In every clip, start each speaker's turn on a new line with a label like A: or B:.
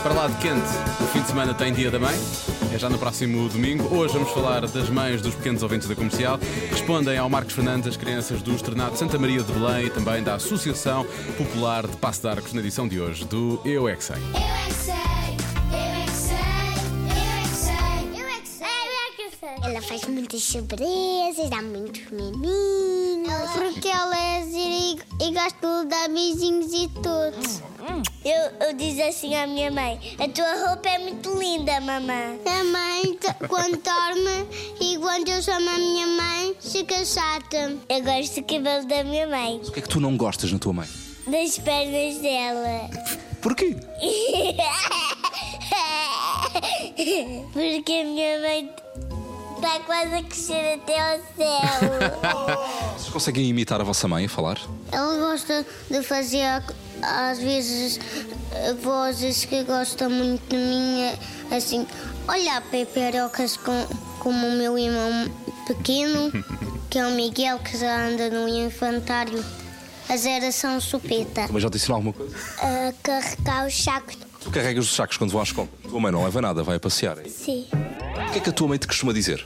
A: Para lá de quente, o fim de semana tem Dia da Mãe. É já no próximo domingo. Hoje vamos falar das mães dos pequenos ouvintes da comercial. Respondem ao Marcos Fernandes as crianças do Estrenado Santa Maria de Belém e também da Associação Popular de Passo de Arcos na edição de hoje do Eu É Que Sei.
B: Eu é que sei, eu é que sei, eu é que sei, eu é que sei, eu é que sei. Ela faz muitas surpresas, dá muitos meninos. Porque ela é zirigo e gosta de dar beijinhos e tudo. Eu, eu diz assim à minha mãe: A tua roupa é muito linda, mamãe. A mãe, t- quando dorme e quando eu chamo a minha mãe, fica chata. Eu gosto do cabelo da minha mãe,
C: O que é que tu não gostas na tua mãe?
B: das pernas dela.
C: Porquê?
B: Porque a minha mãe está quase a crescer até ao céu.
C: Vocês conseguem imitar a vossa mãe a falar?
B: Ela gosta de fazer às vezes vozes que gosta muito de mim, assim, olha peperocas com, como o meu irmão pequeno, que é o Miguel, que já anda no infantário. A geração supeta.
C: Mas já te ensinou alguma coisa?
B: A carregar os sacos.
C: Tu carregas os sacos quando vão às compras. Tua mãe não leva nada, vai a passear. O
B: Sim.
C: que é que é a tua mãe te costuma dizer?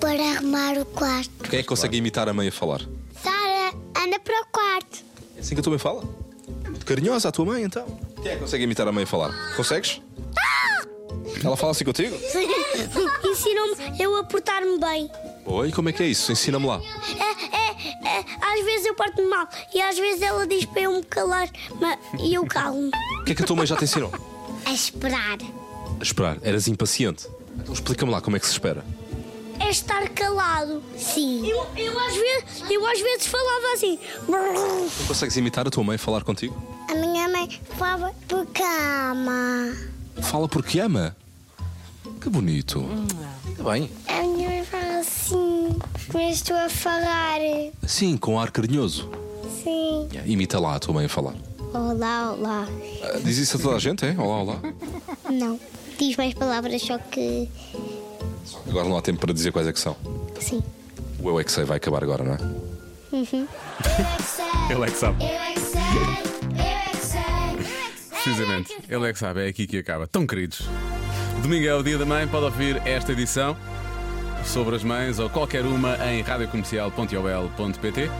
B: Para arrumar o quarto.
C: Quem é que consegue imitar a mãe a falar?
B: Sara, anda para o quarto.
C: É assim que a tua mãe fala? É muito carinhosa a tua mãe, então. Quem é que consegue imitar a mãe a falar? Consegues? Ela fala assim contigo?
B: Ensinam-me eu a portar-me bem.
C: Oi, como é que é isso? Ensina-me lá.
B: É, é, é, às vezes eu porto-me mal e às vezes ela diz para eu me calar mas- e eu calo-me.
C: O que é que a tua mãe já te ensinou?
B: A esperar.
C: A esperar, eras impaciente. Então explica-me lá como é que se espera.
B: É estar calado. Sim. Eu, às, vezes, eu às vezes falava assim.
C: Tu consegues imitar a tua mãe a falar contigo?
B: A minha mãe falava por cama.
C: Fala porque ama. Que bonito. Está bem.
B: A minha mãe fala assim. Mas estou a falar.
C: Sim, com ar carinhoso.
B: Sim.
C: Imita lá a tua mãe a falar.
B: Olá, olá.
C: Ah, diz isso a toda a gente, é? Olá, olá.
B: Não. Diz mais palavras, só que.
C: Agora não há tempo para dizer quais é que são.
B: Sim.
C: O Eu É Que Sei vai acabar agora, não é?
A: Ele é que sabe.
B: Eu é que sei, eu é que sei, eu é que sei.
A: Precisamente. Ele é que sabe, é aqui que acaba. Tão queridos. Domingo é o Dia da Mãe, pode ouvir esta edição sobre as mães ou qualquer uma em radiocomercial.iol.pt.